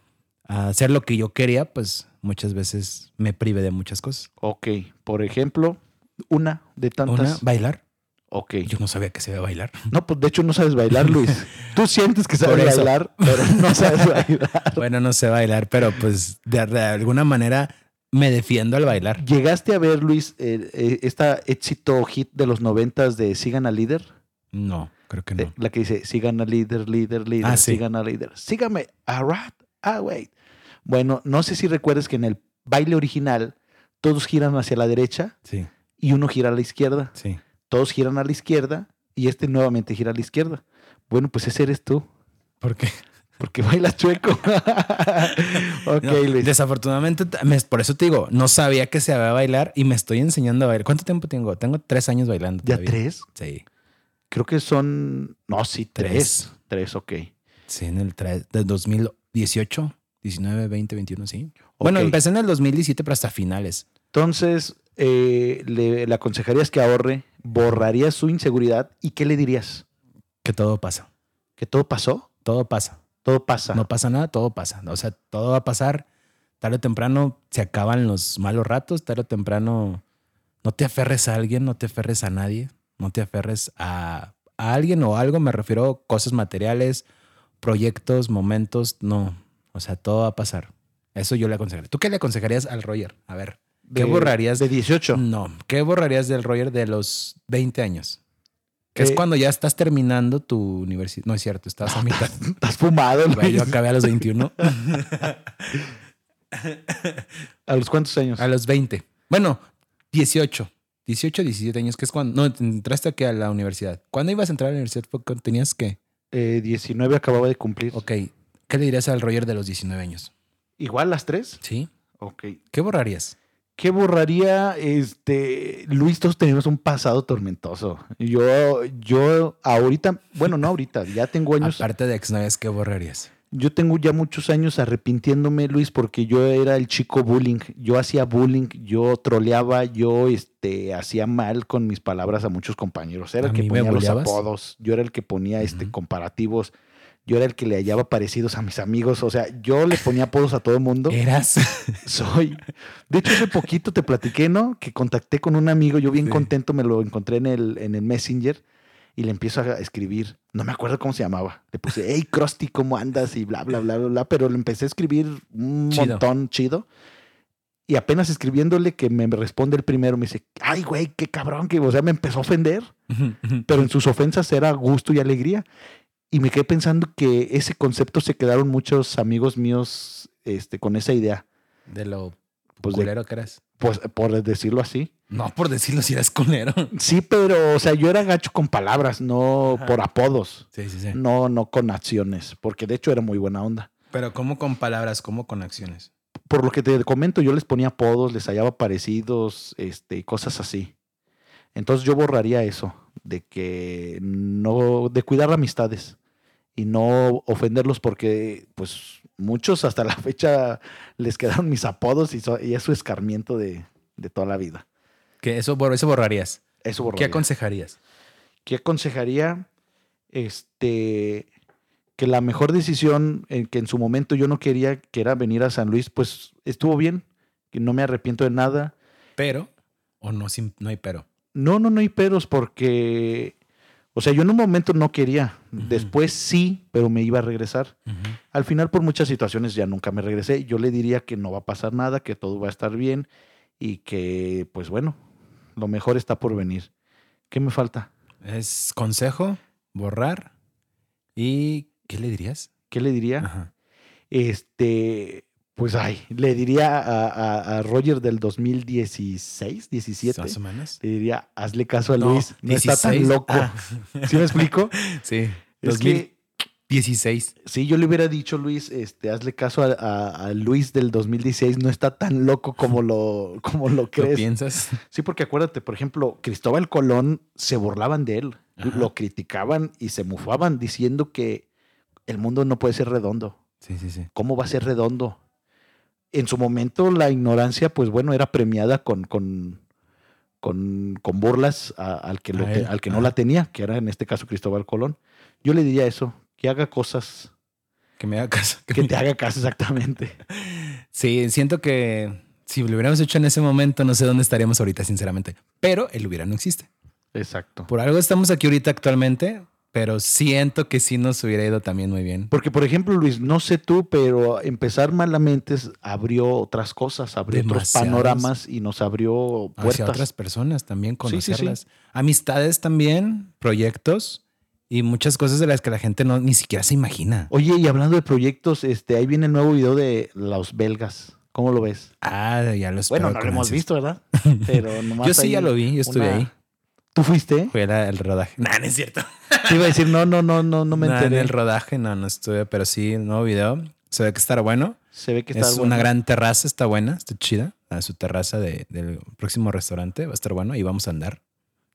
S2: a hacer lo que yo quería, pues muchas veces me privé de muchas cosas.
S1: Ok, por ejemplo, una de
S2: Una,
S1: tantas.
S2: bailar.
S1: ok.
S2: Yo no sabía que se iba a bailar.
S1: No, pues de hecho no sabes bailar,
S2: <laughs>
S1: Luis. Tú sientes que
S2: Por
S1: sabes
S2: eso.
S1: bailar, pero no sabes bailar.
S2: <laughs>
S1: <laughs>
S2: Bueno, no sé bailar, pero pues de, de alguna manera me defiendo al bailar.
S1: ¿Llegaste a ver, Luis, eh, eh, esta éxito hit de los noventas de Sigan al líder?
S2: No, creo que
S1: Eh,
S2: no.
S1: La que dice, sigan al líder, líder, líder,
S2: Ah, sí.
S1: sigan al líder. Sígame, a rat, ah, wait. Bueno, no sé si recuerdes que en el baile original todos giran hacia la derecha
S2: Sí,
S1: y uno gira a la izquierda.
S2: sí.
S1: todos giran a la izquierda y este nuevamente gira a la izquierda. Bueno, pues ese eres tú,
S2: Porque
S1: porque <laughs> bailas
S2: <laughs>
S1: chueco. ok, Luis.
S2: desafortunadamente, t- me- por eso te digo, no sabía que se iba a bailar y me estoy enseñando a bailar. ¿Cuánto tiempo tengo? Tengo tres años bailando.
S1: ¿Ya
S2: todavía.
S1: tres?
S2: Sí.
S1: Creo que son, no, sí, tres.
S2: Tres.
S1: Tres, ok.
S2: Sí, en el tre- del 2018, 19, 20, 21, sí. Bueno,
S1: Ok.
S2: empecé en el 2017, pero hasta finales.
S1: Entonces, eh, le, le aconsejarías que ahorre, borrarías su inseguridad y ¿qué le dirías?
S2: Que todo pasa.
S1: ¿Que todo pasó?
S2: Todo pasa.
S1: Todo pasa.
S2: No pasa nada, todo pasa. O sea, todo va a pasar. Tarde o temprano se acaban los malos ratos. Tarde o temprano no te aferres a alguien, no te aferres a nadie. No te aferres a, a alguien o algo. Me refiero a cosas materiales, proyectos, momentos. No. O sea, todo va a pasar. Eso yo le aconsejaría. ¿Tú qué le aconsejarías al Roger? A ver. ¿Qué
S1: De-
S2: borrarías? Mm.
S1: De 18.
S2: No. ¿Qué borrarías del Roger de los 20 años? Que es
S1: Eh,
S2: cuando ya estás terminando tu universidad. No es cierto, estás a mitad.
S1: <laughs> Estás fumado,
S2: Güey,
S1: Luis.
S2: Yo acabé a los 21.
S1: ¿A los cuántos años?
S2: A los 20. Bueno, 18. 18, 17 años, que es cuando. No, entraste aquí a la universidad. ¿Cuándo ibas a entrar a la universidad? Fue cuando ¿Tenías que
S1: Eh, 19 acababa de cumplir.
S2: Ok. ¿Qué le dirías al Roger de los 19 años?
S1: ¿Igual las tres?
S2: Sí.
S1: Ok.
S2: ¿Qué borrarías?
S1: ¿Qué borraría? Este, Luis, todos tenemos un pasado tormentoso. Yo, yo ahorita, bueno, no ahorita, ya
S2: <laughs>
S1: tengo años.
S2: Aparte de exnovias, ¿qué borrarías?
S1: Yo tengo ya muchos años arrepintiéndome, Luis, porque yo era el chico bullying. Yo hacía bullying, yo troleaba, yo este, hacía mal con mis palabras a muchos compañeros. Era
S2: ¿A
S1: el que
S2: mí me
S1: ponía los
S2: bulleabas?
S1: apodos, yo era el que ponía este,
S2: Ujú.
S1: comparativos, yo era el que le hallaba parecidos a mis amigos. O sea, yo le ponía apodos a todo el mundo. <laughs>
S2: Eras. <laughs>
S1: Soy. De hecho, hace poquito te platiqué, ¿no? Que contacté con un amigo, yo bien
S2: Sí.
S1: contento, me lo encontré en el, en el Messenger y le empiezo a escribir. No me acuerdo cómo se llamaba. Le puse, hey, Krusty, ¿cómo andas? Y bla, bla, bla, bla, bla. Pero le empecé a escribir un
S2: Chido.
S1: montón chido. Y apenas escribiéndole que me responde el primero, me dice, ay, güey, qué cabrón, que, o sea, me empezó a ofender pero en sus ofensas era gusto y alegría. Y me quedé pensando que ese concepto se quedaron muchos amigos míos este, con esa idea,
S2: De lo
S1: Pues de-
S2: culero que eras.
S1: pues, por decirlo así.
S2: No, por decirlo si eras culero. <laughs>
S1: Sí, pero, o sea, yo era gacho con palabras, no
S2: Ajá.
S1: por apodos,
S2: Sí, sí, sí.
S1: no, no con acciones, porque de hecho era muy buena onda.
S2: Pero ¿cómo con palabras? ¿Cómo con acciones?
S1: Por lo que te comento, yo les ponía apodos, les hallaba parecidos, este, y cosas así. Entonces yo borraría eso, de que no, de cuidar amistades y no ofenderlos porque, pues, muchos hasta la fecha les quedaron mis apodos y, so- y es su escarmiento de, de toda la vida.
S2: Que eso, bor- eso borrarías.
S1: Eso
S2: ¿Qué
S1: borraría.
S2: aconsejarías?
S1: ¿Qué aconsejaría? Este, que la mejor decisión en que en su momento yo no quería, que era venir a San Luis, pues estuvo bien, que no me arrepiento de nada.
S2: Pero o no, sin, no hay pero.
S1: No, no, no hay peros porque, o sea, yo en un momento no quería,
S2: Ujú.
S1: después sí, pero me iba a regresar. Al final por muchas situaciones ya nunca me regresé. Yo le diría que no va a pasar nada, que todo va a estar bien y que, pues bueno, lo mejor está por venir. ¿Qué me falta?
S2: Es consejo, borrar y ¿qué le dirías?
S1: ¿Qué le diría?
S2: Ajá.
S1: Este, pues ay, le diría a, a- a Roger del 2016, 17.
S2: Más o menos.
S1: Le diría, hazle caso a
S2: No,
S1: Luis, no está tan
S2: 16.
S1: loco.
S2: Ah. <laughs>
S1: ¿Sí me explico?
S2: Sí.
S1: Es que
S2: 2016.
S1: si yo le hubiera dicho, Luis, este, hazle caso a, a- a Luis del 2016, no está tan loco como lo, <laughs> como lo
S2: ¿Qué
S1: crees.
S2: piensas? <laughs>
S1: Sí, porque acuérdate, por ejemplo, Cristóbal Colón se burlaban de él,
S2: Ajá.
S1: lo criticaban y se mufaban diciendo que el mundo no puede ser redondo.
S2: Sí, sí, sí.
S1: ¿cómo va a ser redondo? En su momento la ignorancia, pues bueno, era premiada con, con, con, con burlas a- al que, lo
S2: A
S1: te-
S2: él,
S1: al que no
S2: ajá.
S1: la tenía, que era en este caso Cristóbal Colón. Yo le diría eso, que haga cosas,
S2: Que me haga caso.
S1: que te haga caso exactamente.
S2: <laughs> Sí, siento que si lo hubiéramos hecho en ese momento, no sé dónde estaríamos ahorita, sinceramente. Pero el hubiera no existe.
S1: Exacto.
S2: Por algo estamos aquí ahorita actualmente, pero siento que sí nos hubiera ido también muy bien.
S1: Porque, por ejemplo, Luis, no sé tú, pero empezar malamente es- abrió otras cosas, abrió otros
S2: Demasiados.
S1: panoramas y nos abrió
S2: Ah, hacia
S1: puertas.
S2: otras personas también,
S1: Sí, sí, sí.
S2: conocerlas. Amistades también, proyectos y muchas cosas de las que la gente no ni siquiera se imagina.
S1: Oye, y hablando de proyectos, este, ahí viene el nuevo video de los belgas. ¿Cómo lo ves?
S2: Ah, ya lo espero
S1: Bueno, no lo
S2: con
S1: hemos
S2: ansias.
S1: visto,
S2: <laughs>
S1: ¿verdad? Pero nomás
S2: Yo sí
S1: ahí
S2: ya lo vi, yo estuve
S1: una-
S2: ahí.
S1: ¿Tú fuiste?
S2: <laughs> Fue la- el rodaje. No, no es cierto.
S1: Te iba a decir, no, no, no, no, no me
S2: Nah,
S1: enteré.
S2: En el rodaje, no, no estuve, pero sí, el nuevo video. Se ve que estará bueno.
S1: Se ve que está
S2: es
S1: bueno.
S2: una gran terraza, Ah, está buena, está chida. A su terraza de- del próximo restaurante va a estar bueno y vamos a andar.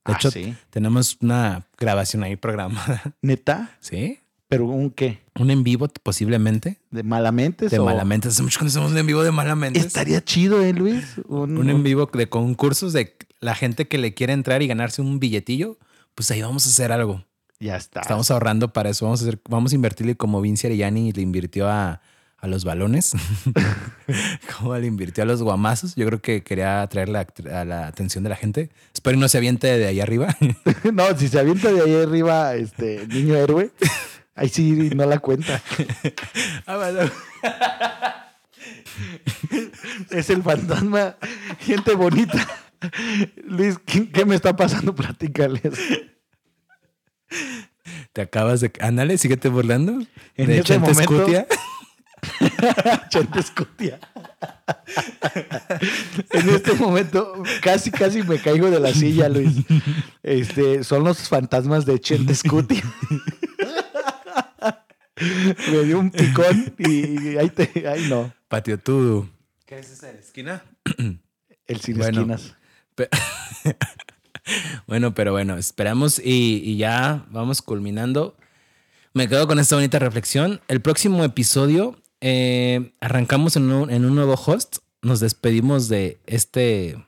S2: De
S1: Ah,
S2: hecho,
S1: sí.
S2: tenemos una grabación ahí programada. <laughs>
S1: Neta,
S2: ¿Sí?
S1: pero un qué?
S2: Un en vivo t- posiblemente.
S1: ¿De malamente?
S2: De malamente. Hace mucho que no hacemos un en vivo de malamente.
S1: Estaría chido, ¿eh, Luis?
S2: Un en vivo de concursos de la gente que le quiere entrar y ganarse un billetillo. Pues ahí vamos a hacer algo.
S1: Ya está.
S2: Estamos ahorrando para eso. Vamos a hacer, vamos a invertirle como Vince Arellani le invirtió a, a
S1: <laughs>
S2: los balones, <laughs> como le invirtió a los guamazos. Yo creo que quería atraer la, act- a la atención de la gente. Espero y no se aviente de
S1: <laughs>
S2: ahí arriba.
S1: <laughs> no, si se avienta de ahí arriba, este niño héroe, ahí sí no la cuenta.
S2: Ah, bueno.
S1: Es el fantasma, gente bonita. Luis, ¿qué, qué me está pasando? Platícales.
S2: Te acabas de. Ándale, síguete burlando.
S1: En
S2: de
S1: este
S2: Chente
S1: momento-
S2: Escutia.
S1: Chente Escutia. en este momento casi, casi me caigo de la silla, Luis. Este, son los fantasmas de Chente Escutia. me dio un picón y ahí te, ahí no.
S2: Patio Tudu. ¿Qué es esa esquina?
S1: El sin
S2: Bueno.
S1: esquinas.
S2: Bueno, pero bueno, esperamos y, y ya vamos culminando. Me quedo con esta bonita reflexión. El próximo episodio eh, arrancamos en un, en un nuevo host. Nos despedimos de este,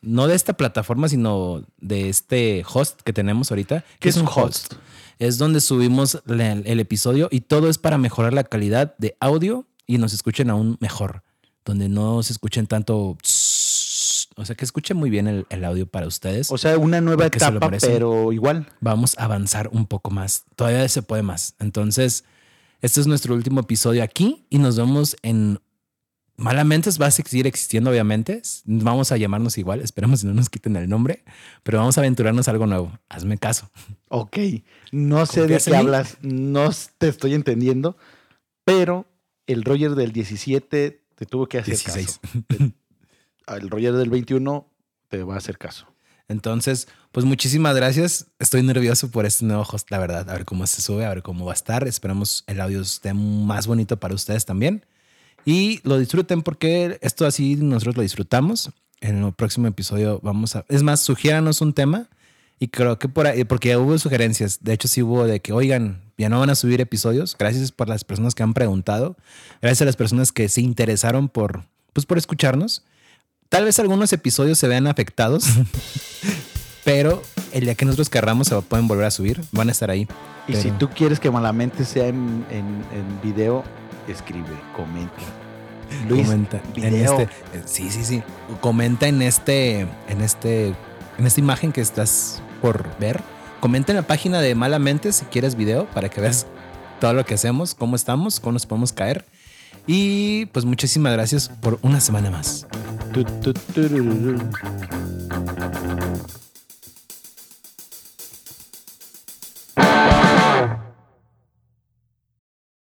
S2: no de esta plataforma, sino de este host que tenemos ahorita.
S1: ¿Qué
S2: que
S1: es un host?
S2: Es donde subimos la- el, episodio y todo es para mejorar la calidad de audio y nos escuchen aún mejor. Donde no se escuchen tanto... tss, O sea, que escuchen muy bien el, el audio para ustedes
S1: O sea, una nueva
S2: Porque se lo
S1: etapa,
S2: merecen.
S1: pero igual.
S2: vamos a avanzar un poco más. Todavía se puede más. Entonces, este es nuestro último episodio aquí y nos vemos en... Malamente va a seguir existiendo, obviamente. Vamos a llamarnos igual. Esperemos que no nos quiten el nombre, pero vamos a aventurarnos a algo nuevo. Hazme caso.
S1: Ok, no sé de
S2: ¿Confías
S1: qué
S2: en mí?
S1: hablas, no s- te estoy entendiendo, pero el Roger del 17 te tuvo que hacer
S2: 16.
S1: caso. El, el Roger del 21 te va a hacer caso.
S2: Entonces, pues muchísimas gracias. Estoy nervioso por este nuevo host, la verdad. A ver cómo se sube, a ver cómo va a estar. Esperamos el audio esté más bonito para ustedes también. Y lo disfruten porque esto así nosotros lo disfrutamos. En el próximo episodio vamos a... Es más, sugiéranos un tema. Y creo que por ahí, porque hubo sugerencias. De hecho, sí hubo de que, oigan, ya no van a subir episodios. Gracias por las personas que han preguntado. Gracias a las personas que se interesaron por, pues, por escucharnos. Tal vez algunos episodios se vean afectados, <laughs> pero el día que nosotros querramos se va- pueden volver a subir, van a estar ahí.
S1: Y
S2: Pero-
S1: si tú quieres que malamente sea en, en- en video, escribe, comenta. Luis,
S2: comenta en
S1: video.
S2: este, eh, sí, sí, sí. Comenta en este, en este, en esta imagen que estás por ver. Comenta en la página de Malamente si quieres video para que veas todo lo que hacemos, cómo estamos, cómo nos podemos caer. Y pues muchísimas gracias por una semana más.
S1: tu, tu, tururú.